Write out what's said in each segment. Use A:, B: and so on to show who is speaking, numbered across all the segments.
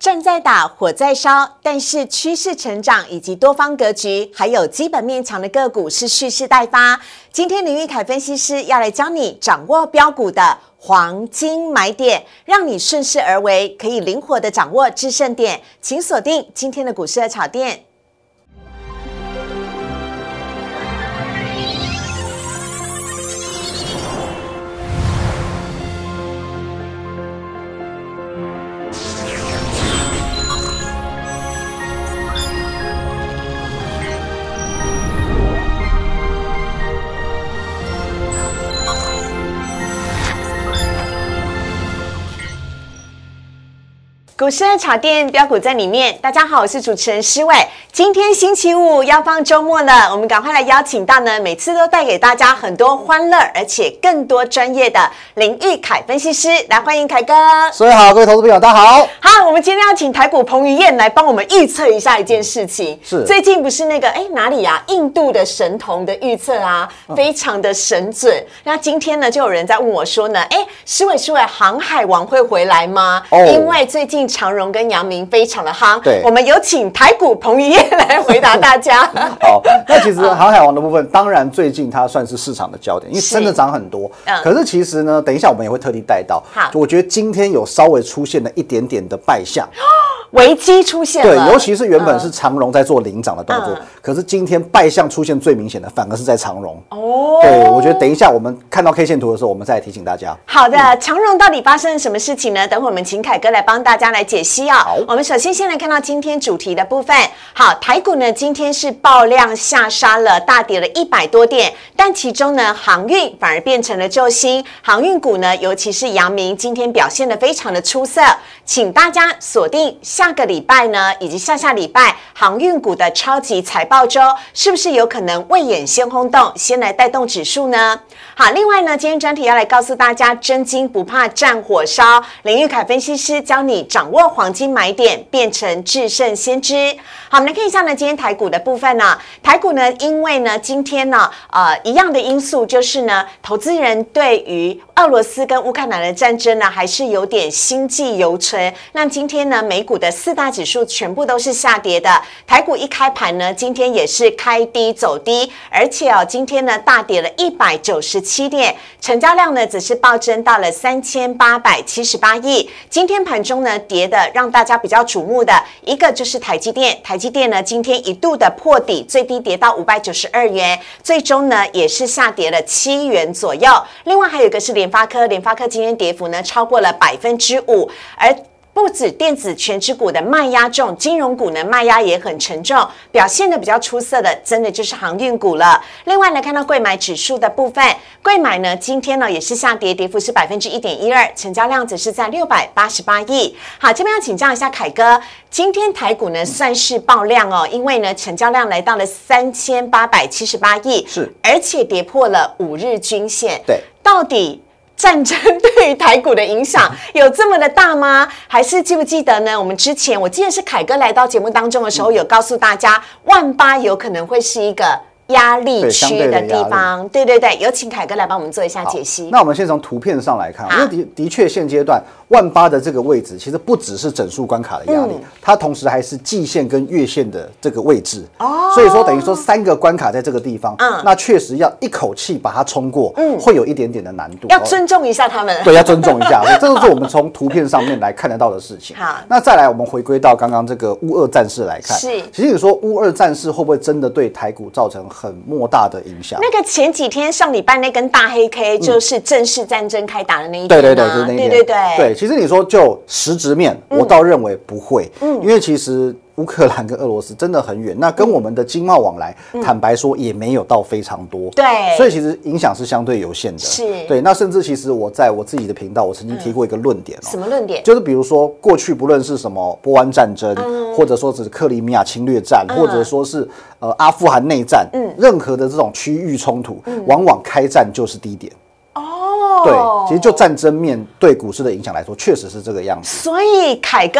A: 战在打，火在烧，但是趋势成长以及多方格局，还有基本面强的个股是蓄势待发。今天林玉凯分析师要来教你掌握标股的黄金买点，让你顺势而为，可以灵活的掌握制胜点。请锁定今天的股市的炒店。股市的炒店标股在里面。大家好，我是主持人施伟。今天星期五要放周末了，我们赶快来邀请到呢，每次都带给大家很多欢乐，而且更多专业的林玉凯分析师来欢迎凯哥。
B: 所以好，各位投资朋友，大 家好。
A: 好，我们今天要请台股彭于晏来帮我们预测一下一件事情。
B: 是
A: 最近不是那个哎哪里呀、印度的神童的预测啊，
B: 嗯
A: 非常的神准。那今天呢，就有人在问我说呢，哎，施伟施伟，航海王会回来吗？
B: 哦
A: 因为最近长荣跟阳明非常的夯。
B: 对
A: 我们有请台股彭于晏来回答大 家。
B: 好，那其实航海王的部分，当然最近它算是市场的焦点，因为
A: 是
B: 真的涨很多
A: 嗯。
B: 可是其实呢，等一下我们也会特地带到。
A: 好
B: 我觉得今天有稍微出现了一点点的败相，
A: 危机出现
B: 对
A: 了，，
B: 尤其是原本是长荣在做领涨的动作
A: 嗯，
B: 可是今天败相出现最明显的，反而是在长荣。
A: 哦
B: 对，我觉得等一下我们看到 K 线图的时候，我们再来提醒大家。
A: 好的，长荣到底发生了什么事情呢？等会我们请凯哥来帮大家来解析
B: 好
A: 哦。我们首先先来看到今天主题的部分。好，台股呢今天是爆量下杀了，大跌了一百多点，但其中呢航运反而变成了救星。航运股呢，尤其是阳明，今天表现的非常的出色，请大家锁定下个礼拜呢，以及下下礼拜航运股的超级财报周，是不是有可能未演先轰动，先来带动指数呢？好，另外呢，今天专题要来告诉大家，真金不怕战火烧，林玉凯分析师教你掌握黄金买点，变成制胜先知。好，我们来看一下呢，今天台股的部分呢、台股呢，因为呢，今天呢，呃，一样的因素就是呢，投资人对于俄罗斯跟乌克兰的战争呢，还是有点心悸犹存。那今天呢，美股的四大指数全部都是下跌的，台股一开盘呢，今天也是开低走低，而且哦，今天呢大跌了一百九十七点，成交量呢只是暴增到了三千八百七十八亿。今天盘中呢跌的让大家比较瞩目的一个就是台积电，台积电呢今天一度的破底，最低跌到五百九十二元，最终呢也是下跌了七元左右。另外还有一个是联发科，联发科今天跌幅呢超过了百分之五，而不止电子全指股的卖压重，金融股呢卖压也很沉重，表现的比较出色的，真的就是航运股了。另外呢，看到贵买指数的部分，贵买呢今天呢也是下跌，跌幅是百分之一点一二，成交量只是在六百八十八亿。好，这边要请教一下凯哥，今天台股呢算是爆量哦，因为呢成交量来到了三千八百七十八亿，
B: 是
A: 而且跌破了五日均线。
B: 对，
A: 到底战争对于台股的影 响有这么的大吗？还是记不记得呢？我们之前我记得是凯哥来到节目当中的时
B: 嗯
A: 候，有告诉大家，万八有可能会是一个压力
B: 对相
A: 区
B: 对的
A: 的地
B: 压力
A: 方。对对对，有请凯哥来帮我们做一下解析。
B: 那我们先从图片上来看，
A: 好
B: 因为的的确现阶段万八的这个位置，其实不只是整数关卡的压力，
A: 嗯
B: 它同时还是季线跟月线的这个位置。
A: 哦
B: 所以说等于说三个关卡在这个地方，
A: 嗯
B: 那确实要一口气把它冲过，
A: 嗯
B: 会有一点点的难度。
A: 要
B: 哦
A: 尊重一下他们。
B: 对，要尊重一下，所以这就是我们从图片上面来看得到的事情。
A: 好
B: 那再来，我们回归到刚刚这个乌二战事来看，
A: 是
B: 其实你说乌二战事会不会真的对台股造成很莫大的影响？
A: 那个前几天上礼拜那根大黑 K 就是正式战争开打的那一天、
B: 嗯对
A: 啊
B: 对对，就是那一
A: 对
B: 点。
A: 对嗯对
B: 对，其实你说就实质面，我倒认为不会，
A: 嗯
B: 因为其实。乌克兰跟俄罗斯真的很远，那跟我们的经贸往来，坦白说也没有到非常
A: 嗯
B: 多。
A: 对
B: 所以其实影响是相对有限的。
A: 是嗯
B: 对。那甚至其实我在我自己的频道，我曾经提过一个论点哦，
A: 什么论点？
B: 就是比如说，过去不论是什么波湾战争，
A: 嗯
B: 或者说只是克里米亚侵略战，或者说是呃阿富汗内战，
A: 嗯
B: 任何的这种区域冲突，往往开战就是低点。
A: 哦，
B: 对，其实就战争面对股市的影响来说，确实是这个样子。
A: 所以凯哥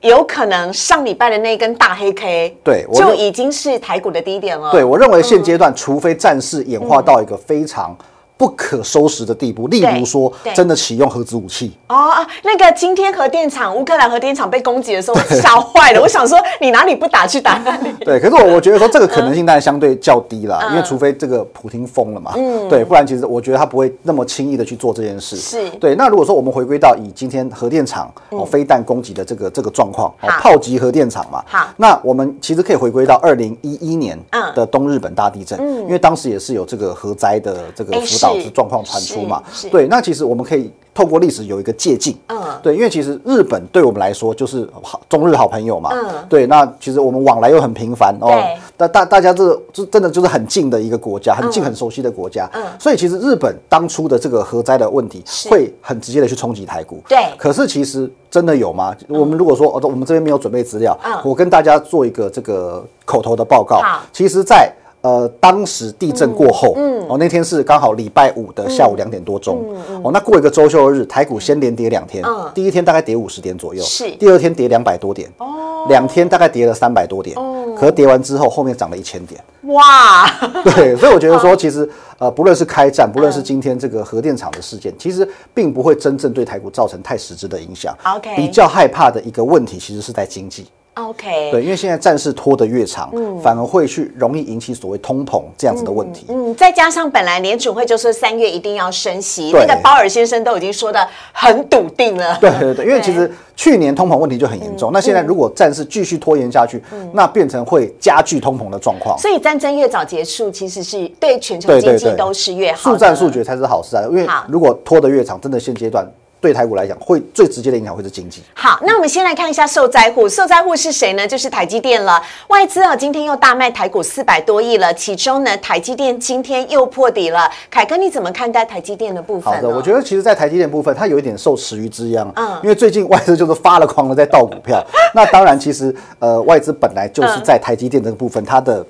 A: 有可能上礼拜的那根大黑 K，
B: 对我
A: 就
B: 就
A: 已经是台股的低点了。嗯
B: 对我认为现阶段，除非战事演化到一个非常不可收拾的地步。例如说
A: 对对，
B: 真的启用核子武器，
A: 哦，啊那个今天核电厂，乌克兰核电厂被攻击的时候，我吓坏了。我想说，你哪里不打去打哪 里。
B: 对，可是我我觉得说这个可能性当然相对较低啦，
A: 嗯
B: 因为除非这个普京疯了嘛，对，不然其实我觉得他不会那么轻易的去做这件事。
A: 是嗯
B: 对。那如果说我们回归到以今天核电厂哦飞弹攻击的这个这个状况，哦
A: 好
B: 炮击核电厂嘛，
A: 好
B: 那我们其实可以回归到二零一一年
A: 嗯
B: 的东日本大地震，因为当时也是有这个核灾的这个
A: 哎
B: 福岛
A: 是
B: 状况传出嘛
A: 是是，
B: 对。那其实我们可以透过历史有一个借鉴，
A: 嗯
B: 对，因为其实日本对我们来说就是好中日好朋友嘛，
A: 嗯
B: 对，那其实我们往来又很频繁哦
A: 对，
B: 那大大家这这真的就是很近的一个国家，很近很熟悉的国家，
A: 嗯
B: 所以其实日本当初的这个核灾的问题
A: 是
B: 会很直接的去冲击台股，
A: 对
B: 可是其实真的有吗？我们如果说哦，我们这边没有准备资料
A: 嗯，
B: 我跟大家做一个这个口头的报告
A: 好，
B: 其实，在呃，当时地震过后，嗯，哦，那天是刚好礼拜五的
A: 嗯
B: 下午两点多钟，哦，那过一个周休日，台股先连跌两天，
A: 嗯
B: 第一天大概跌五十点左右，
A: 是
B: 第二天跌两百多点，哦，两天大概跌了三百多点，哦，可是跌完之后，后面涨了一千点，
A: 哇，
B: 对，所以我觉得说，其实呃，不论是开战，不论是今天这个核电厂的事件，其实并不会真正对台股造成太实质的影响。
A: OK
B: 比较害怕的一个问题其实是在经济。
A: OK，
B: 对，因为现在战事拖得越长，反而会去容易引起所谓通膨这样子的问题。
A: 嗯，再加上本来联储会就说三月一定要升息，
B: 对
A: 那个鲍尔先生都已经说的很笃定了。
B: 对对对，因为其实去年通膨问题就很严重，那现在如果战事继续拖延下去，那变成会加剧通膨的状况。
A: 所以战争越早结束，其实是对全球
B: 对
A: 经
B: 对
A: 济
B: 对，
A: 都是越好的。
B: 速战速决才是好事啊！因为
A: 好
B: 如果拖得越长，真的现阶段对台股来讲，会最直接的影响会是经济。
A: 好，那我们先来看一下受灾户。受灾户是谁呢？就是台积电了。外资啊，今天又大卖台股四百多亿了，其中呢，台积电今天又破底了。凯哥，你怎么看待台积电的部分
B: 好
A: 呢？
B: 的，我觉得其实，在台积电部分，它有一点受池鱼之殃，
A: 哦嗯
B: 因为最近外资就是发了狂的在倒股 票。那当然，其实呃，外资本来就是在台积电这个部分，它的。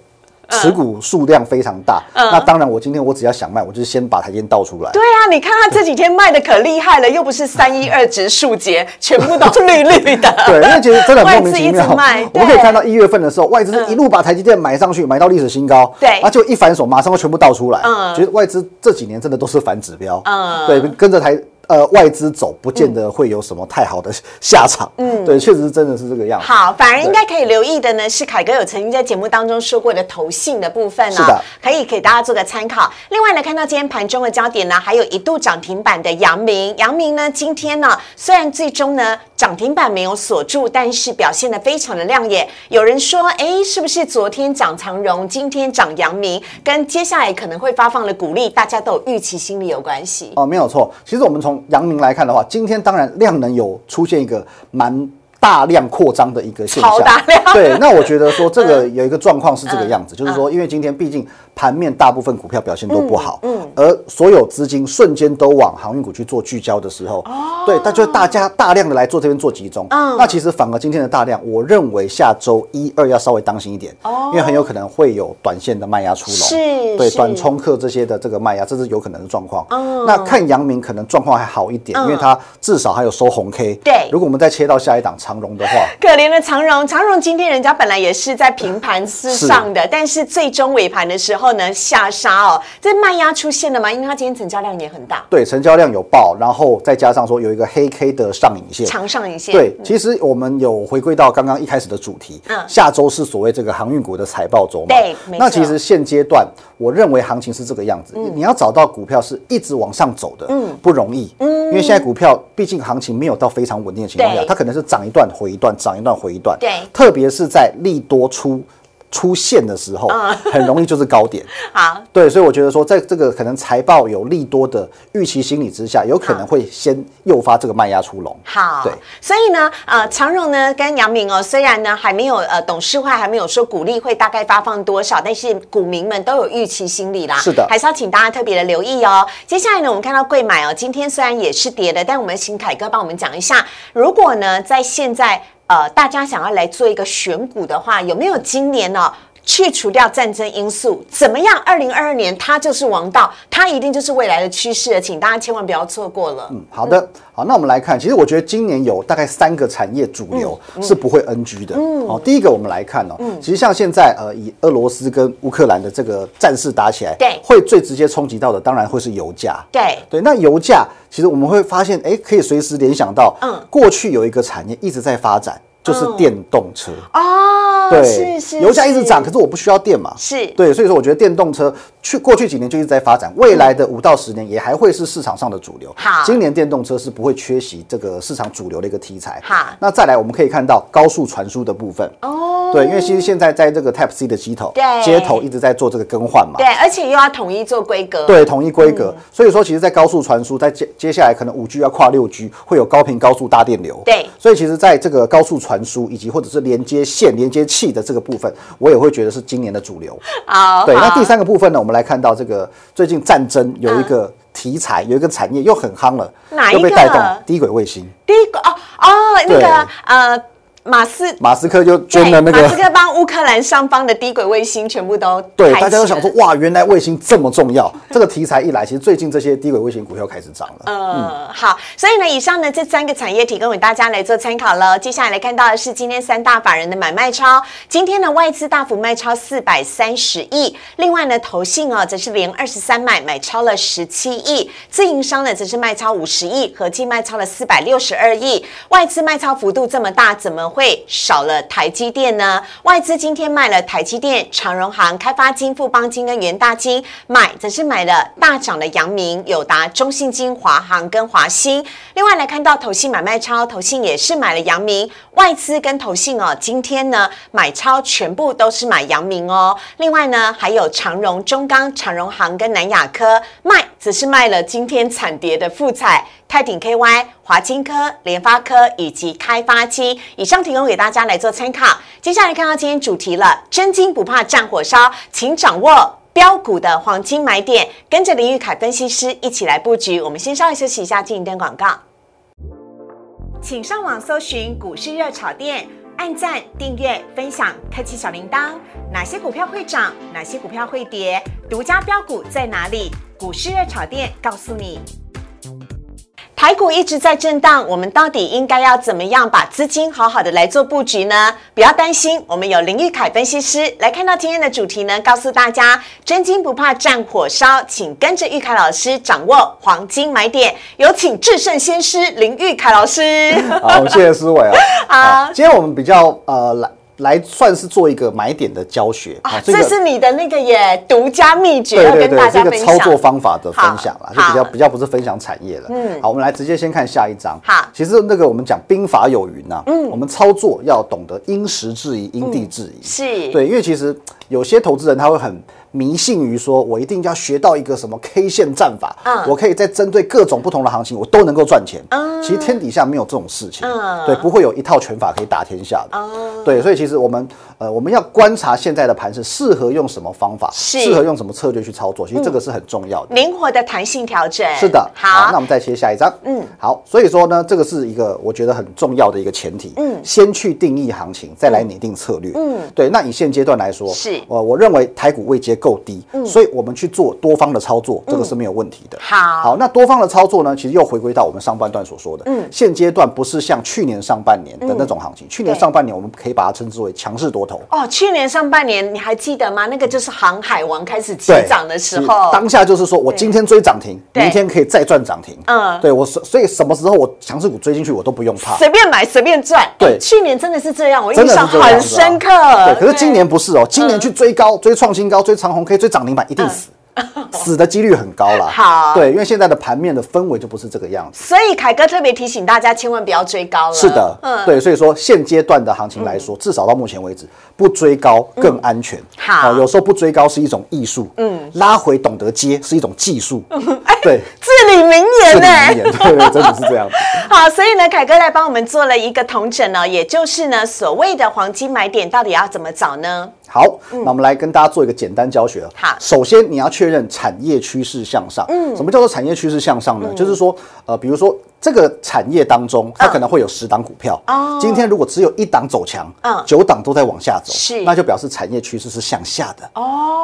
B: 持股数量非常大，
A: 嗯
B: 那当然，我今天我只要想卖，我就是先把台积电倒出来。
A: 对啊，你看他这几天卖的可厉害了，又不是三一二植树节，全部都绿绿的。
B: 对，因为其实真的
A: 外
B: 很莫名
A: 资
B: 其
A: 一直
B: 妙。
A: 卖
B: 我们可以
A: 对嗯
B: 看到一月份的时候，外资是一路把台积电买上去，买到历史新高。
A: 对
B: 啊，就一反手，马上就全部倒出来。
A: 嗯
B: 觉得外资这几年真的都是反指标。
A: 嗯
B: 对，跟着台。呃，外资走不见得会有什么太好的下场，嗯，对，确实是真的是这个样子。
A: 好，反而应该可以留意的呢，是凯哥有曾经在节目当中说过的投信的部分
B: 是
A: 哦
B: 的，
A: 可以给大家做个参考。另外呢，看到今天盘中的焦点呢，还有一度涨停板的阳明，阳明呢今天呢虽然最终呢涨停板没有锁住，但是表现的非常的亮眼。有人说，哎，是不是昨天涨长荣，今天涨阳明，跟接下来可能会发放的股利，大家都有预期心理有关系？
B: 哦，没有错。其实我们从阳明来看的话，今天当然量能有出现一个蛮。大量扩张的一个现象
A: 超大量，嗯
B: 对，那我觉 得说这个有一个状况是这个样子，就是说，因为今天毕竟盘面大部分股票表现都不好，嗯，而所有资金瞬间都往航运股去做聚焦的时候，对，那就大家大量的来做这边做集中，
A: 哦嗯
B: 那其实反而今天的大量，我认为下周一二要稍微当心一点，因为很有可能会有短线的卖压出笼，
A: 哦是
B: 对，
A: 是
B: 短冲。中客这些的这个卖压，这是有可能的状况。
A: 哦嗯
B: 那看阳明可能状况还好一点，因为它至少还有收红 K。
A: 对
B: 如果我们再切到下一档长荣的话，
A: 可怜的长荣，长荣今天人家本来也是在平盘之上的，但是最终尾盘的时候呢下杀哦，这卖压出现了嘛？因为它今天成交量也很大，
B: 对，成交量有爆，然后再加上说有一个黑 K 的上影线。
A: 长上影线。
B: 对，其实我们有回归到刚刚一开始的主题，
A: 嗯
B: 下周是所谓这个航运股的财报周嘛。
A: 对没错嗯
B: 那其实现阶段，我认为行情是这个样子，你要找到股票是一直往上走的，不容易，因为现在股票毕竟行情没有到非常稳定的情况下
A: 嗯对，
B: 它可能是涨一段回一段，涨一段回一段，
A: 对
B: 特别是在利多出出现的时候，
A: 嗯
B: 很容易就是 高点。
A: 好，
B: 对，所以我觉得说，在这个可能财报有利多的预期心理之下，有可能会先诱发这个卖压出笼。
A: 好，
B: 对，
A: 所以呢，呃，长荣呢跟杨明哦，虽然呢还没有呃董事会还没有说股利会大概发放多少，但是股民们都有预期心理啦，
B: 是的
A: 还是要请大家特别的留意哦。接下来呢，我们看到贵买哦，今天虽然也是跌的，但我们请凯哥帮我们讲一下，如果呢在现在呃大家想要来做一个选股的话，有没有今年呢、去除掉战争因素，怎么样？二零二二年它就是王道，它一定就是未来的趋势了，请大家千万不要错过了。
B: 嗯，好的，好，那我们来看，其实我觉得今年有大概三个产业主流
A: 嗯
B: 是不会 NG 的。嗯，好，第一个我们来看哦，其实像现在呃，以俄罗斯跟乌克兰的这个战事打起来，
A: 对
B: 会最直接冲击到的当然会是油价。
A: 对
B: 对，那油价其实我们会发现，哎，可以随时联想到，
A: 嗯
B: 嗯，过去有一个产业一直在发展，就是电动车。
A: 哦，
B: 对，
A: 是是，
B: 油价一直
A: 是
B: 涨，可是我不需要电嘛。
A: 是
B: 对，所以说我觉得电动车去过去几年就一直在发展，未来的五到十年也还会是市场上的主流。
A: 好
B: 今年电动车是不会缺席这个市场主流的一个题材。
A: 好
B: 那再来我们可以看到高速传输的部分。
A: 哦，
B: 对，因为其实现在在这个 Type C 的机头
A: 对
B: 接头一直在做这个更换嘛。
A: 对，而且又要统一做规格，
B: 对，统一规格。
A: 嗯
B: 所以说，其实，在高速传输，在接接下来可能五 G 要跨六 G，会有高频高速大电流。
A: 对
B: 所以其实在这个高速传输以及或者是连接线、连接器的这个部分，我也会觉得是今年的主流。
A: 好，
B: 对，那
A: 好
B: 第三个部分呢，我们来看到这个最近战争有一个题材，有一个产业又很夯了，
A: 嗯哪一
B: 又被带动
A: 个
B: 低轨卫星。
A: 第一个哦哦那
B: 对
A: 个呃马斯。
B: 马斯克就捐了那
A: 对
B: 个
A: 马斯克帮乌克兰上方的低轨卫星全部都
B: 对，
A: 开
B: 大家都
A: 启
B: 想
A: 了
B: 说，哇，原来卫星这么重要。这个题材一来，其实最近这些低轨卫星股票开始涨了。
A: 嗯，好，所以呢，以上呢这三个产业提供给大家来做参考了。接下来来看到的是今天三大法人的买卖超，今天呢外资大幅卖超四百三十亿，另外呢投信哦则是连二十三买买超了十七亿，自营商呢则是卖超五十亿，合计卖超了四百六十二亿。外资卖超幅度这么大，怎么会少了台积电呢？外资今天卖了台积电、长荣行、开发金、富邦金跟元大金，买则是买了大涨的阳明、友达、中信金、华航跟华兴。另外来看到投信买卖超，投信也是买了阳明，外资跟投信哦，今天呢买超全部都是买阳明哦。另外呢还有长荣、中钢、长荣行跟南亚科卖，则是卖了今天惨跌的富彩。泰鼎 KY、华金科、联发科以及开发期，以上提供给大家来做参考。接下来看到今天主题了，真金不怕战火烧，请掌握标股的黄金买点，跟着林玉凯分析师一起来布局。我们先稍微休息一下，进一段广告。请上网搜寻股市热炒店，按赞、订阅、分享，开启小铃铛。哪些股票会涨？哪些股票会跌？独家标股在哪里？股市热炒店告诉你。台股一直在震荡，我们到底应该要怎么样把资金好好的来做布局呢？不要担心，我们有林玉凯分析师来看到今天的主题呢，告诉大家真金不怕战火烧，请跟着玉凯老师掌握黄金买点。有请制胜先师林玉凯老 师。
B: 好，谢谢思伟 啊。
A: 好
B: 今天我们比较呃来来算是做一个买点的教学
A: 啊，
B: 这个
A: 这是你的那个也独家秘诀，
B: 对
A: 要
B: 对
A: 跟
B: 对
A: 大，
B: 这
A: 家
B: 个
A: 分
B: 操
A: 享。
B: 作方法的分享啦，就
A: 好
B: 比较
A: 好
B: 比较不是分享产业了。
A: 嗯
B: 嗯，好，我们来直接先看下一章。
A: 好
B: 其实那个我们讲兵法有云呐，嗯，我们操作要懂得因时制宜，因地制宜。
A: 是，
B: 对，因为其实有些投资人他会很迷信于说，我一定要学到一个什么 K 线战法，
A: 嗯
B: 我可以在针对各种不同的行情，我都能够赚钱。其实天底下没有这种事情，
A: 嗯哦
B: 对，不会有一套拳法可以打天下的。对，所以其实我们呃，我们要观察现在的盘是适合用什么方法，
A: 是嗯
B: 适合用什么策略去操作，其实这个是很重要的。
A: 灵活的弹性调整。
B: 是的，
A: 好
B: 那我，们再切下一张。嗯，好，所以说呢，这个是一个我觉得很重要的一个前提。嗯，先去定义行情，再来拟定策略。嗯，对。那以现阶段来说，呃
A: 是
B: 我我认为台股位阶够低，所以我们去做多方的操作，这个是没有问题的。
A: 好
B: 嗯好，那多方的操作呢，其实又回归到我们上半段所说的，嗯，现阶段不是像去年上半年的那种行情，去年
A: 对
B: 上半年我们可以把它称之为强势多头。
A: 哦，去年上半年你还记得吗？那个就是航海王开始起
B: 对，
A: 涨的时
B: 是
A: 候，
B: 当下就是说我今天追涨停，
A: 对
B: 明天可以再赚涨停。
A: 嗯
B: 嗯，对我所所以什么时候我强势股追进去，我都不用怕。
A: 随便买随便赚。
B: 对
A: 哎去年真的是这样，我
B: 真
A: 印
B: 的是
A: 象
B: 这样
A: 很
B: 子啊
A: 深刻。
B: 对，可是今年不是哦，今年去追高、
A: 嗯
B: 追创新高、追长虹 K、追涨停板，一定死，死的几率很高啦。
A: 好嗯
B: 对，因为现在的盘面的氛围就不是这个样子。
A: 所以凯哥特别提醒大家，千万不要追高了。
B: 是的，
A: 嗯
B: 对，所以说现阶段的行情来说，至少到目前为止，不追高更安全。
A: 好
B: 哦有时候不追高是一种艺术，嗯，拉回懂得接是一种 技术，
A: 哎
B: 对，
A: 至理名言
B: 至理
A: 呢、
B: 名言，对，对真的是这样子。
A: 好，所以呢，凯哥来帮我们做了一个统整呢、也就是呢，所谓的黄金买点到底要怎么找呢？
B: 好，那我们来跟大家做一个简单教学。
A: 嗯
B: 啊
A: 好
B: 首先
A: 嗯
B: 你要确认产业趋势向上。嗯，什么叫做产业趋势向上呢？就是说，呃，比如说这个产业当中，它可能会有十档股票。今天如果只有一档走强
A: 哦嗯，
B: 九档都在往下走，
A: 是哦
B: 那就表示产业趋势是向下的。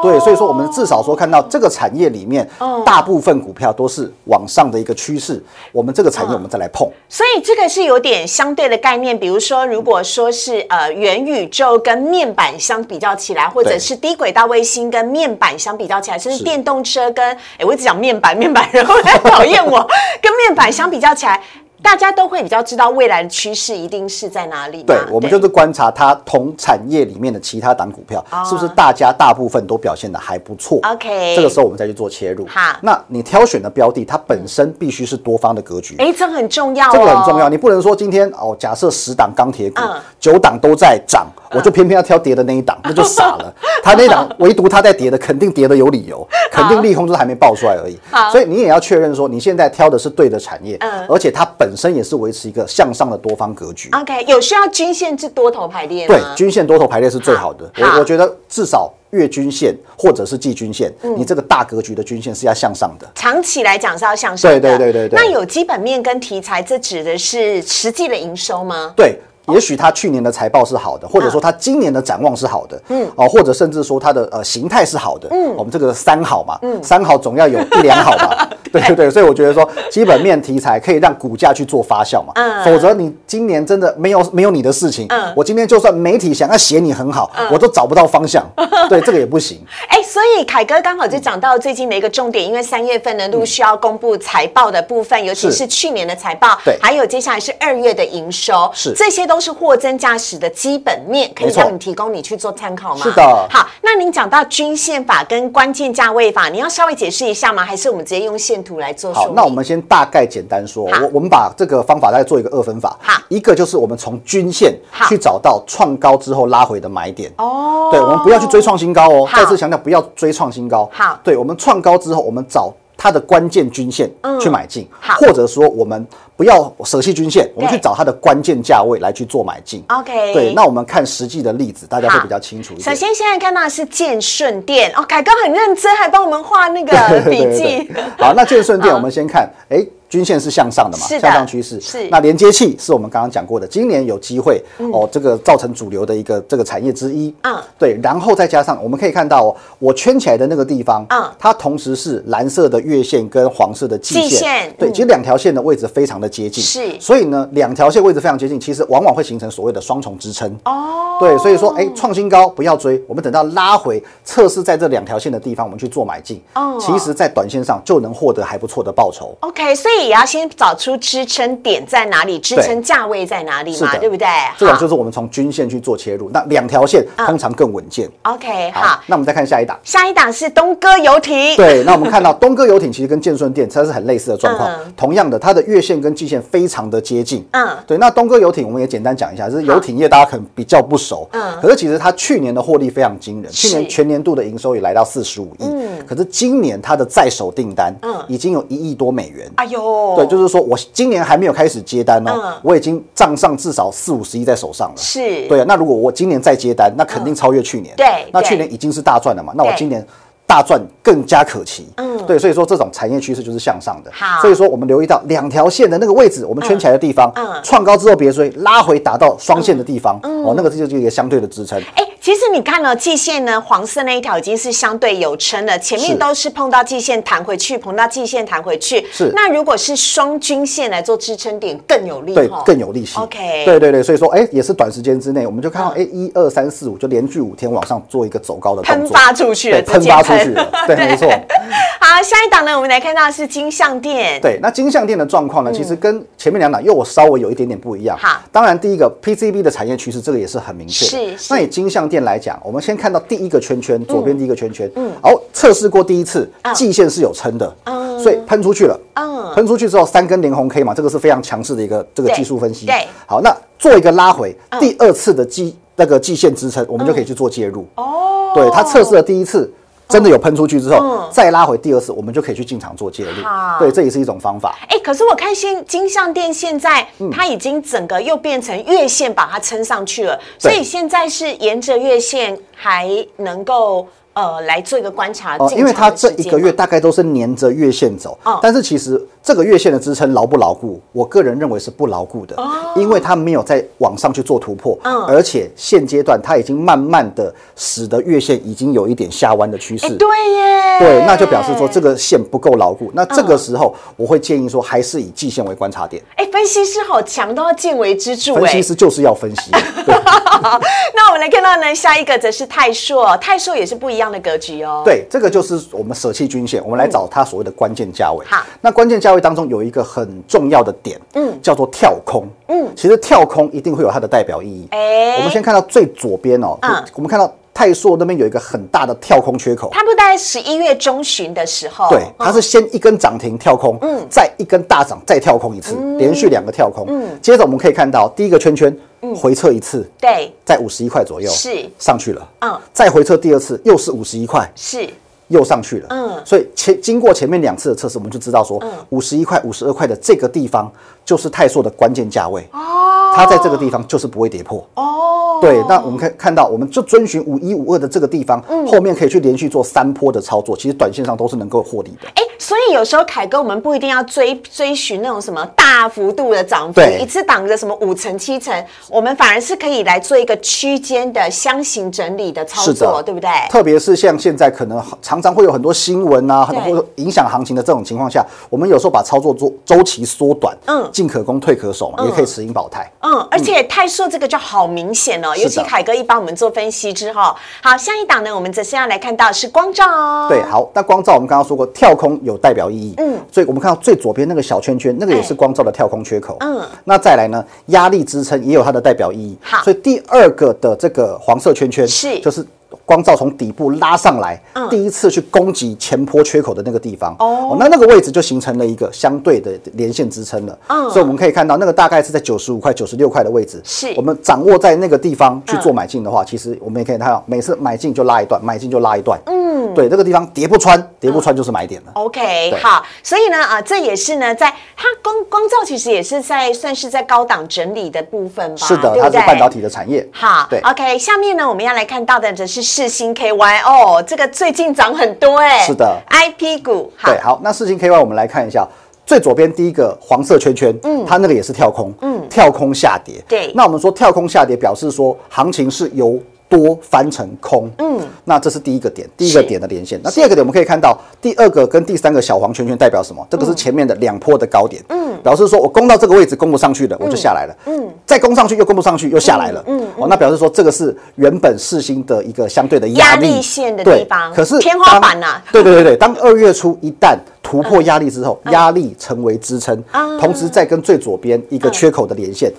B: 对，所以说我们至少说看到这个产业里面，
A: 嗯
B: 大部分股票都是往上的一个趋势。我们这个
A: 嗯
B: 产业我们再来碰，
A: 所以这个是有点相对的概念，比如说，如果说是呃元宇宙跟面板相比较起来，或者
B: 对
A: 是低轨道卫星跟面板相比较起来，甚至
B: 是
A: 电动车跟哎，我一直讲面板，面板，然后来讨厌 我，跟面板相比较起来，大家都会比较知道未来的趋势一定是在哪里嘛。
B: 对，我们就是观察它同产业里面的其他档股票是不是大家大部分都表现的还不错。
A: 哦 OK
B: 这个时候我们再去做切入。
A: 好
B: 那你挑选的标的，它本身必须是多方的格局。
A: 哎，这很重要、哦，
B: 这个很重要，。你不能说今天哦，假设十档钢铁股
A: 嗯，
B: 九档都在涨，我就偏偏要挑跌的那 一档，那就傻了。它那一档唯独它在跌的，肯定跌的有理由，肯定利空就是还没爆出来而已
A: 好。
B: 所以你也要确认说，你现在挑的是对的产业
A: 嗯，
B: 而且它本身也是维持一个向上的多方格局。
A: OK，有需要均线至多头排列
B: 对
A: 吗？，
B: 均线多头排列是最好的。
A: 好好
B: 我我觉得至少月均线或者是季均线，你这个大格局的均线是要向上的。
A: 长期来讲是要向上的。
B: 对对对对对
A: 那有基本面跟题材，这指的是实际的营收吗？
B: 对，也许它去年的财报是好的，或者说它今年的展望是好的，嗯，哦，或者甚至说它的呃形态是好的，嗯，我们这个三好嘛，嗯，三好总要有一两好嘛， 对对对，所以我觉得说基本面题材可以让股价去做发酵嘛，
A: 嗯
B: 否则你今年真的没有没有你的事情，
A: 嗯
B: 我今天就算媒体想要写你很好，我都找不到方 向，对，这个也不行，
A: 哎，所以凯哥刚好就讲到最近的一个重点，因为三月份呢陆续要公布财报的部分，尤其
B: 嗯是
A: 是去年的财报，
B: 对
A: 还有接下来是二月的营收，
B: 是
A: 这些都是货真价实的基本面，可以
B: 没错
A: 让你提供你去做参考吗？
B: 是的
A: 好，那您讲到均线法跟关键价位法，你要稍微解释一下吗？还是我们直接用线图来做说
B: 好
A: 明？，
B: 那我们先大概简单说，
A: 好
B: 我我们把这个方法再做一个二分法
A: 好，
B: 一个就是我们从均线
A: 好
B: 去找到创高之后拉回的买点。
A: 哦，
B: 对，我们不要去追创新高哦。
A: 好
B: 再次强调，不要追创新高。
A: 好
B: 对我们创高之后，我们找它的关键均线去买进，
A: 嗯好
B: 或者说我们不要舍弃均线，我们去找它的关键价位来去做买进。
A: OK
B: 对，那我们看实际的例子，大家会
A: 好
B: 比较清楚一
A: 首
B: 点。
A: 先，现在看到的是建顺店哦，凯哥很认真，还帮我们画那个
B: 对
A: 笔
B: 对
A: 记。
B: 对 好，那建顺店我们先看，哎，均线是向上的嘛，
A: 是的
B: 向上趋势。
A: 是
B: 那连接器是我们刚刚讲过的，今年有机会哦，这个造成主流的一个这个产业之一。
A: 嗯
B: 对，然后再加上我们可以看到哦，我圈起来的那个地方，
A: 嗯
B: 它同时是蓝色的月线跟黄色的季
A: 季线
B: 对，
A: 嗯
B: 其实两条线的位置非常的接近。
A: 是
B: 所以呢，两条线位置非常接近，其实往往会形成所谓的双重支撑。
A: 哦
B: 对，所以说，哎，创新高不要追，我们等到拉回测试在这两条线的地方，我们去做买进。
A: 哦
B: 其实，在短线上就能获得还不错的报酬。
A: OK，所以也要先找出支撑点在哪里，支撑价位在哪里嘛，
B: 是的
A: 对不对？
B: 这种
A: 好
B: 就是我们从均线去做切入，那两条线通常更稳健。
A: OK 好。
B: 那我们再看下一档。
A: 下一档是东哥游艇，
B: 对，那我们看到东哥游艇其实跟建顺店它是很类似的状况，
A: 嗯
B: 同样的，它的月线跟季线非常的接近。
A: 嗯
B: 对。那东哥游艇我们也简单讲一下，就是游艇业大家可能比较不熟，
A: 嗯
B: 可是其实它去年的获利非常惊人，去
A: 是
B: 年全年度的营收也来到四十五亿，嗯，可是今年它的在手订单，
A: 嗯
B: 已经有一亿多美元。
A: 哎呦，
B: 对，就是说我今年还没有开始接单哦，
A: 嗯
B: 我已经账上至少四五十亿在手上了。
A: 是
B: 对啊，那如果我今年再接单，那肯定超越去年。
A: 嗯对
B: 那
A: 对
B: 去年已经是大赚了嘛，那我
A: 对
B: 今年。大赚更加可期，
A: 嗯
B: 对，所以说这种产业趋势就是向上的。
A: 好
B: 所以说我们留意到两条线的那个位置，我们圈起来的地方，
A: 嗯嗯
B: 创高之后别追，拉回打到双线的地方，哦，那个就是一个相对的支撑。
A: 哎，其实你看了、季线呢，黄色那一条已经是相对有撑了，前面
B: 是
A: 都是碰到季线弹回去，碰到季线弹回去。
B: 是
A: 那如果是双均线来做支撑点，更有力
B: 对
A: 哦，
B: 更有力气。
A: OK 嗯
B: 对对对，所以说，哎、也是短时间之内，我们就看到，哎、一二三四五，就连续五天往上做一个走高的动
A: 喷
B: 作，
A: 发出去了，
B: 对，喷
A: 直接
B: 发出去了，对，没错。
A: 好，下一档呢，我们来看到的是金项店。
B: 对，那金项店的状况呢，其实跟前面两档又稍微有一点点不一样。
A: 嗯好
B: 当然第一个 PCB 的产业趋势，这个也是很明确的。
A: 是是
B: 那以金项店来讲，我们先看到第一个圈圈，左边第一个圈圈，嗯，好，测试过第一次
A: 嗯，
B: 季线是有撑的，所以喷出去了，
A: 嗯
B: 喷出去之后三根连红 K 嘛，这个是非常强势的一个这个技术分析。
A: 对对嗯
B: 好，那做一个拉回，第二次的季那个季线支撑，我们就可以去做介入。
A: 哦
B: 对，它测试了第一次。真的有喷出去之后，
A: 嗯
B: 再拉回第二次，我们就可以去进场做介入
A: 好。
B: 对，这也是一种方法。
A: 哎、可是我看现金项店现在、
B: 嗯
A: 它已经整个又变成月线把它撑上去了，所
B: 对
A: 以现在是沿着月线还能够呃来做一个观察
B: 哦，
A: 进
B: 因为它
A: 场的
B: 这
A: 时
B: 一
A: 间
B: 个月
A: 吗
B: 大概都是沿着月线走
A: 哦，
B: 但是其实这个月线的支撑牢不牢固，我个人认为是不牢固的，
A: 哦
B: 因为它没有在往上去做突破，
A: 嗯
B: 而且现阶段它已经慢慢的使得月线已经有一点下弯的趋
A: 哎
B: 势。
A: 对耶，
B: 对，那就表示说这个线不够牢固。那这
A: 嗯
B: 个时候，我会建议说，还是以季线为观察点。
A: 哎，分析师好强，都要见微知著
B: 分
A: 哎
B: 析。师就是要分析，对
A: 那我们来看到呢，下一个则是泰硕，泰硕也是不一样的格局哦。，
B: 对，这个就是我们舍弃均线，我们来找它所谓的关键价位。
A: 好
B: 那关键价位当中有一个很重要的点，嗯，叫做跳空。嗯，其实跳空一定会有它的代表意义。
A: 哎
B: 我们先看到最左边哦，
A: 嗯哦
B: 我们看到泰硕那边有一个很大的跳空缺口。
A: 它不大概十一月中旬的时候，哦
B: 对，它是先一根涨停跳空，嗯，再一根大涨再跳空一次，连续两个跳空。嗯，接着我们可以看到第一个圈圈回撤一次，
A: 对，
B: 在五十一块左右，
A: 嗯是
B: 上去了。
A: 嗯
B: 再回撤第二次又是五十一块，
A: 是
B: 又上去了。
A: 嗯
B: 嗯，所以前经过前面两次的测试，我们就知道说，五十一块、五十二块的这个地方就是泰硕的关键价位。哦，它在这个地方就是不会跌破。
A: 哦，
B: 对，那我们看看到，我们就遵循五一五二的这个地方，后面可以去连续做三波的操作，其实短线上都是能够获利的。
A: 哎，所以有时候凯哥，我们不一定要追追寻那种什么大幅度的涨幅，
B: 对
A: 一次涨个什么五成七成，我们反而是可以来做一个区间的箱型整理的操
B: 是
A: 作，
B: 的，
A: 对不对？
B: 特别是像现在可能常常会有很多新闻啊，很
A: 对
B: 或者影响行情的这种情况下，我们有时候把操作周周期缩短，
A: 嗯
B: 嗯，进可攻退可守嘛，也可以持盈保泰。
A: 嗯，而且泰硕这个就好明显哦，
B: 是的
A: 尤其凯哥一帮我们做分析之后，好，下一档呢，我们则是要来看到是光照哦，
B: 对，，好，那光照我们刚刚说过，跳空有代表意义，嗯，所以我们看到最左边那个小圈圈，那个也是
A: 哎
B: 光照的跳空缺口，
A: 嗯，
B: 那再来呢，压力支撑也有它的代表意义，
A: 好
B: 所以第二个的这个黄色圈圈
A: 是
B: 就是。光照从底部拉上来，
A: 嗯
B: 第一次去攻击前坡缺口的那个地方，
A: 哦
B: 那那个位置就形成了一个相对的连线支撑了。
A: 嗯
B: 所以我们可以看到，那个大概是在九十五块、九十六块的位置。
A: 是
B: 我们掌握在那个地方去做
A: 嗯
B: 买进的话，其实我们也可以看到，每次买进就拉一段，买进就拉一段。嗯，对，这个地方跌不穿，跌不穿就是买点了。
A: OK，
B: 对
A: 好，所以呢，啊、这也是呢，在它光光照其实也是在算是在高档整理的部分吧，
B: 是的，
A: 对
B: 它
A: 不
B: 是
A: 对？
B: 半导体的产业。
A: 好，
B: 对
A: o k 下面呢，我们要来看到的则是世星 KY 哦，这个最近涨很多哎、
B: 是的
A: ，IP 股，好
B: 对，，好，那四星 KY 我们来看一下。最左边第一个黄色圈圈，嗯，它那个也是跳空，嗯，跳空下跌。
A: 对
B: 那我们说跳空下跌，表示说行情是由多翻成空，嗯，那这是第一个点，第一个
A: 是
B: 点的连线。那第二个点我们可以看到，第二个跟第三个小黄圈圈代表什
A: 嗯
B: 么？这个是前面的两波的高点，嗯，表示说我攻到这个位置攻不上去了，我就下来了，嗯，再攻上去又攻不上去又下来了，嗯，哦，那表示说这个是原本世星的一个相对的
A: 压
B: 压力
A: 力线的
B: 对
A: 地方
B: 可是
A: 天花
B: 当
A: 板啊 呐
B: 对对对对，当二月初一旦突破压力之后，
A: 嗯
B: 压力成为支撑，同时再跟最左边一个缺口的连线，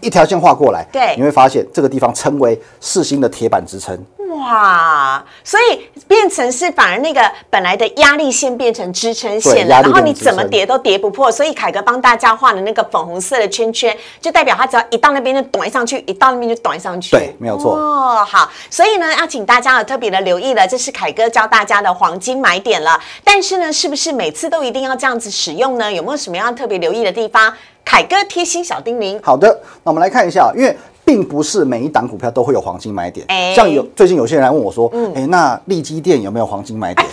B: 一条线画过来，
A: 嗯对
B: 你会发现这个地方称为世新的铁板支撑。
A: 嗯哇，所以变成是反而那个本来的压力线变成支撑
B: 对
A: 线了，
B: 压
A: 然
B: 力
A: 后你
B: 变成支
A: 怎
B: 撑
A: 么叠都叠不破，所以凯哥帮大家画的那个粉红色的圈圈，就代表它只要一到那边就短上去，一到那边就短上去，
B: 对没有错
A: 哦，好，所以呢，要请大家有特别的留意了，这是凯哥教大家的黄金买点了。但是呢，是不是每次都一定要这样子使用呢？有没有什么样特别留意的地方？凯哥贴心小叮咛，
B: 好的，那我们来看一下，因为并不是每一档股票都会有黄金买点，
A: 哎嗯
B: 像有最近有些人来问我说，哎、那利基店有没有黄金买点？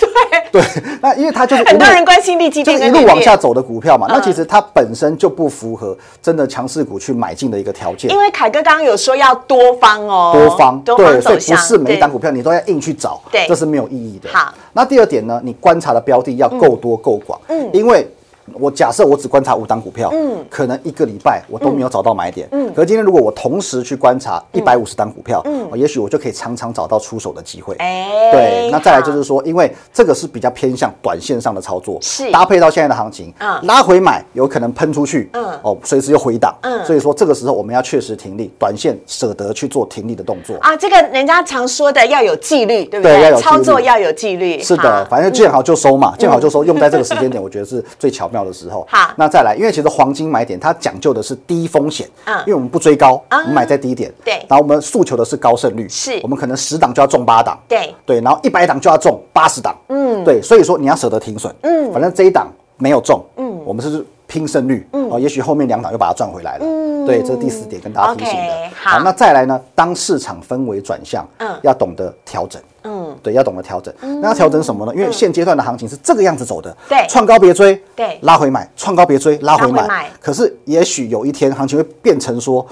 B: 对 那因为它就是
A: 哦很多
B: 无论
A: 人关心利基嗯
B: 就
A: 店跟
B: 是一
A: 利
B: 路往
A: 率
B: 下走的股票嘛，那其实它本身就不符合真的强势股去买进的一个条件
A: 因。为凯哥刚刚有说要多方哦，
B: 多方，
A: 多
B: 对，
A: 方
B: 所
A: 走
B: 以不
A: 向，
B: 是每一档
A: 对
B: 股票你都要硬去找，
A: 对
B: 这是没有意义的。
A: 好，
B: 那第二点呢，你观察的标的要够多够广，嗯，因为。我假设我只观察五档股票，嗯，可能一个礼拜我都没有找到买点，嗯，可是今天如果我同时去观察一百五十档股票，嗯，也许我就可以常常找到出手的机会，
A: 哎
B: 对，那再来就是
A: 好
B: 说，因为这个是比较偏向短线上的操作，
A: 是
B: 搭配到现在的行情，
A: 嗯
B: 拉回买有可能喷出去，
A: 嗯
B: 哦，随时又回档，
A: 嗯
B: 所以说这个时候我们要确实停利，短线舍得去做停利的动作。
A: 啊，这个人家常说的要有纪律，对不
B: 对要有纪律
A: 操作要有纪律，
B: 是的，
A: 好嗯
B: 反正见好就收嘛，见好就收，用在这个时间点，我觉得是最巧妙的时候。
A: 好
B: 那再来，因为其实黄金买点它讲究的是低风险，
A: 嗯
B: 因为我们不追高，
A: 啊
B: 我们买在低点，
A: 对
B: 然后我们诉求的是高胜率，
A: 是
B: 我们可能十档就要中八档，
A: 对
B: 对，然后一百档就要中八十档，嗯，对，所以说你要舍得停损，嗯，反正这一档没有中，嗯，我们是拼胜率，嗯，哦，也许后面两档又把它赚回来了，嗯，对，这是第四点跟大家提醒的
A: OK，。好
B: 那再来呢，当市场氛围转向，
A: 嗯
B: 要懂得调整。
A: 嗯，嗯
B: 对，要懂得调整。那要调整什么呢？因为现阶段的行情是这个样子走的，
A: 对
B: 创高别追，
A: 对
B: 拉回买，创高别追，拉回
A: 拉回买嗯
B: 买。可是也许有一天行情会变成说，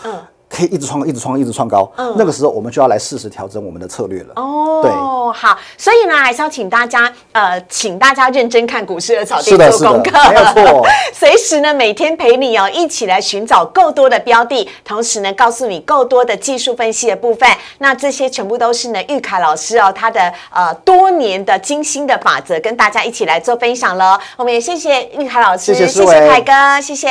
B: 可以一直创高，一直创高，一直创高，那个时候我们就要来适时调整我们的策略了。
A: 哦，
B: 对，
A: 好，所以呢，还是要请大家，呃，请大家认真看股市的草地
B: 是的
A: 做功课
B: 是的，没有错
A: 随时呢，每天陪你哦，一起来寻找够多的标的，同时呢，告诉你够多的技术分析的部分。那这些全部都是呢，玉凯老师哦，他的呃多年的精心的法则，跟大家一起来做分享喽。我们也谢谢玉凯老师，
B: 谢
A: 谢
B: 谢思
A: 谢
B: 维
A: 凯哥，谢谢。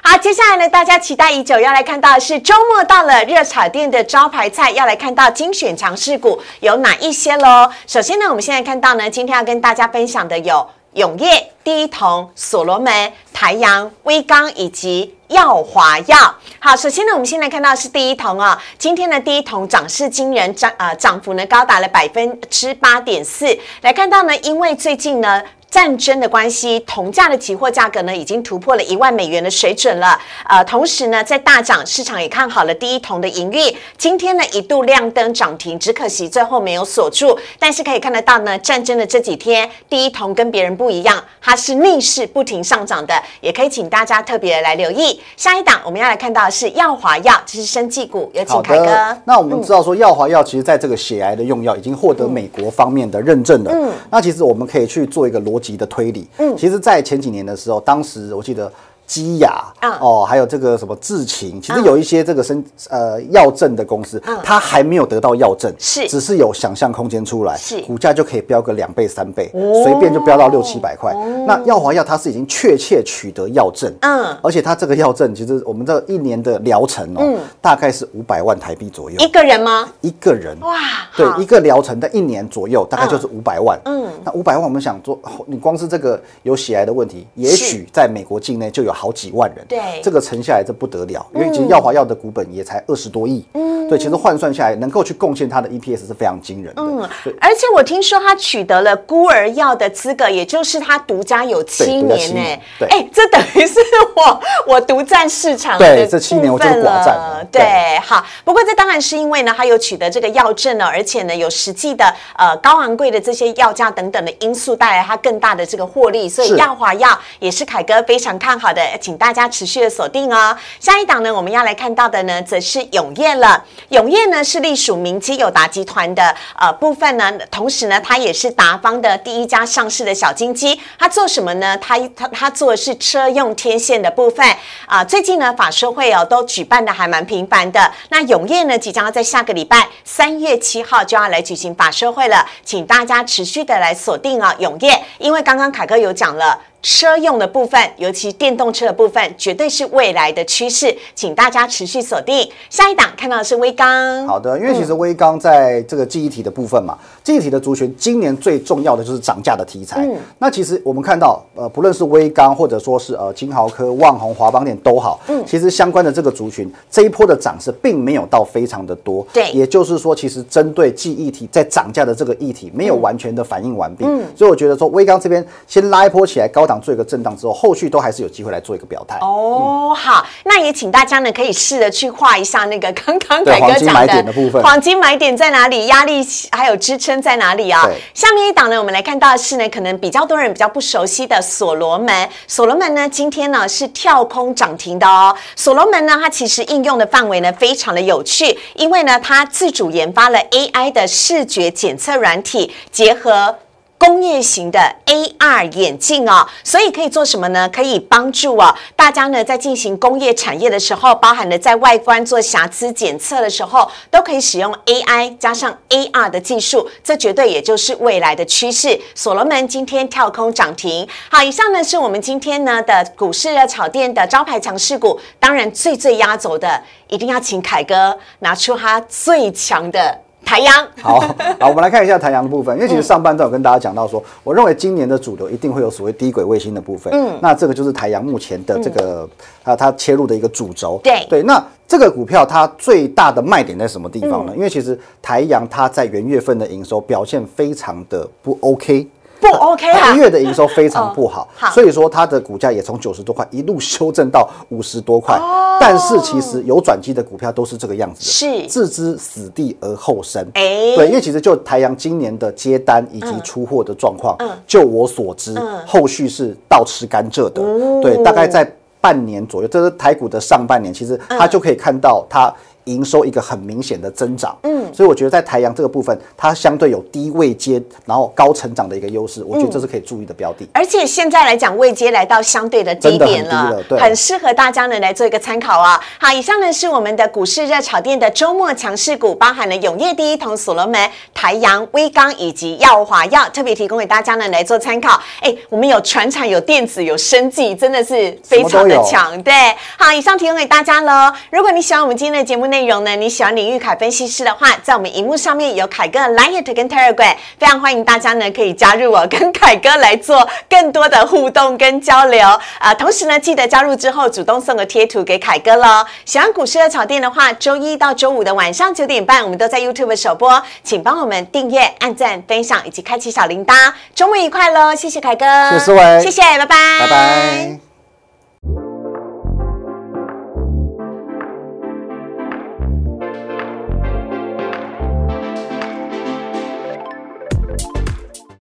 A: 好，接下来呢，大家期待已久要来看到的是周末到了，热炒店的招牌菜要来看到精选强势股有哪一些喽？首先呢，我们现在看到呢，今天要跟大家分享的有永业、第一铜、所罗门、台阳、威刚以及耀华药。好，首先呢，我们先来看到的是第一铜哦，今天呢，第一铜涨势惊人，涨呃涨幅呢高达了百分之八点四。来看到呢，因为最近呢。战争的关系，铜价的期货价格呢已经突破了一万美元的水准了。呃，同时呢，在大涨，市场也看好了第一铜的盈利。今天呢一度亮灯涨停，只可惜最后没有锁住。但是可以看得到呢，战争的这几天，第一铜跟别人不一样，它是逆势不停上涨的。也可以请大家特别来留意。下一档我们要来看到的是耀华药，这是生技股，有请
B: 好
A: 凯
B: 的
A: 哥，。
B: 那我们知道说药华药其实在这个血癌的用药已经获得美国方面的认证了。嗯，那其实我们可以去做一个逻辑的推理。嗯，其实，在前几年的时候，当时我记得。基雅
A: 嗯
B: 哦，还有这个什么智勤，其实有一些这个生
A: 啊
B: 呃药证的公司，它还没有得到药证，
A: 嗯是
B: 只是有想象空间出来，
A: 是哦
B: 股价就可以飙个两倍三倍，随便就飙到六七百块。那药华药它是已经确切取得药证，
A: 嗯
B: 而且它这个药证其实我们这一年的疗程哦，大概是五百万台币左右
A: 一，个人吗？
B: 一个人。
A: 哇，
B: 对
A: 好
B: 一个疗程的一年左右，大概就是五百万。嗯，那五百万，我们想说，哦你光是这个有血癌的问题，也许在美国境内就有好几万人。
A: 对
B: 这个乘下来这不得了，因为其实药华药的股本也才二十多亿。嗯，对，其实换算下来，能够去贡献它的 EPS 是非常惊人的。嗯，对。
A: 而且我听说他取得了孤儿药的资格，也就是他独家有七
B: 对独家
A: 年
B: 七
A: 呢、
B: 年对
A: 哎、这等于是我我独占市场
B: 对
A: 的
B: 这七年我就是
A: 部分了
B: 寡占了
A: 对
B: 对
A: 好。不过这当然是因为呢，他有取得这个药证呢，而且呢有实际的呃高昂贵的这些药价等等的因素带来他更大的这个获利，所以
B: 是
A: 药华药也是凯哥非常看好的，呃请大家持续的锁定哦。下一档呢，我们要来看到的呢，则是永业了。永业呢是隶属明基友达集团的呃部分呢，同时呢，它也是达方的第一家上市的小金鸡。它做什么呢？它它它做的是车用天线的部分啊、最近呢，法说会哦都举办的还蛮频繁的。那永业呢，即将要在下个礼拜三月七号就要来举行法说会了，请大家持续的来锁定啊、永业，因为刚刚凯哥有讲了。车用的部分，尤其电动车的部分，绝对是未来的趋势，请大家持续锁定。下一档看到的是微刚，
B: 好的，因为其
A: 嗯
B: 实微刚在这个记忆体的部分嘛，记忆体的族群今年最重要的就是涨价的题材。
A: 嗯
B: 那其实我们看到，呃，不论是微刚或者说是呃金豪科、旺宏、华邦店都好，
A: 嗯
B: 其实相关的这个族群这一波的涨势并没有到非常的多。
A: 对
B: 也就是说，其实针对记忆体在涨价的这个议题没有
A: 嗯
B: 完全的反应完毕。所以我觉得说微刚这边先拉一波起来，高档做一个震荡之后，后续都还是有机会来做嗯一个表态。
A: 哦，好，那也请大家呢可以试着去画一下那个刚刚
B: 对
A: 凯哥
B: 黄金
A: 讲
B: 买点的部分
A: 黄金买点在哪里，压力还有支撑在哪里啊
B: 对？
A: 下面一档呢，我们来看到的是呢，可能比较多人比较不熟悉的所罗门。所罗门呢，今天呢是跳空涨停的哦。所罗门呢，它其实应用的范围呢非常的有趣，因为呢它自主研发了 AI 的视觉检测软体，结合。工业型的 AR 眼镜哦，所以可以做什么呢？可以帮助哦大家呢在进行工业产业的时候，包含了在外观做瑕疵检测的时候，都可以使用 AI 加上 AR 的技术，这绝对也就是未来的趋势。所罗门今天跳空涨停。好，以上呢是我们今天呢的股市热炒店的招牌强势股，当然最最压轴的，一定要请凯哥拿出他最强的台阳。
B: 好，好，我们来看一下台阳的部分，因为其实上半段有跟大家讲到说，我认为今年的主流一定会有所谓低轨卫星的部分，嗯，那这个就是台阳目前的这个它它切入的一个主轴，
A: 对
B: 对，那这个股票它最大的卖点在什么地方呢？因为其实台阳它在元月份的营收表现非常的不 OK。
A: 不 OK 啊
B: 它一月的营收非常不好
A: 好，
B: 所以说它的股价也从九十多块一路修正到五十多块。但是其实有转机的股票都是这个样子的，
A: 是
B: 置之死地而后生。
A: 哎
B: 对，因为其实就台阳今年的接单以及出货的状况，就我所知，后续是倒吃甘蔗的。对，大概在半年左右，这是台股的上半年，其实它就可以看到它。营收一个很明显的增长，嗯，所以我觉得在台阳这个部分，它相对有低位接，然后高成长的一个优势，我觉得这是可以注意的标的。
A: 而且现在来讲，位阶来到相对的低点
B: 真的很低
A: 了
B: 了，对
A: 很适合大家呢来做一个参考啊。好，以上呢是我们的股市热炒店的周末强势股，包含了永业第一同、所罗门、台阳、威刚以及耀华药，特别提供给大家呢来做参考。哎，我们有船产、有电子、有生技，真的是非常
B: 什么
A: 的
B: 都有
A: 强。对，好，以上提供给大家喽。如果你喜欢我们今天的节目内容呢，你喜欢林玉凯分析师的话，在我们荧幕上面有凯哥的 Line 跟 Telegram，非常欢迎大家呢可以加入我跟凯哥来做更多的互动跟交流。呃，同时呢，记得加入之后主动送个贴图给凯哥喽。喜欢股市的炒店的话，周一到周五的晚上九点半，我们都在 YouTube 首播，请帮我们订阅、按赞、分享以及开启小铃铛。周末愉快喽，谢谢凯哥，
B: 谢谢思维
A: 谢谢，拜拜，
B: 拜拜。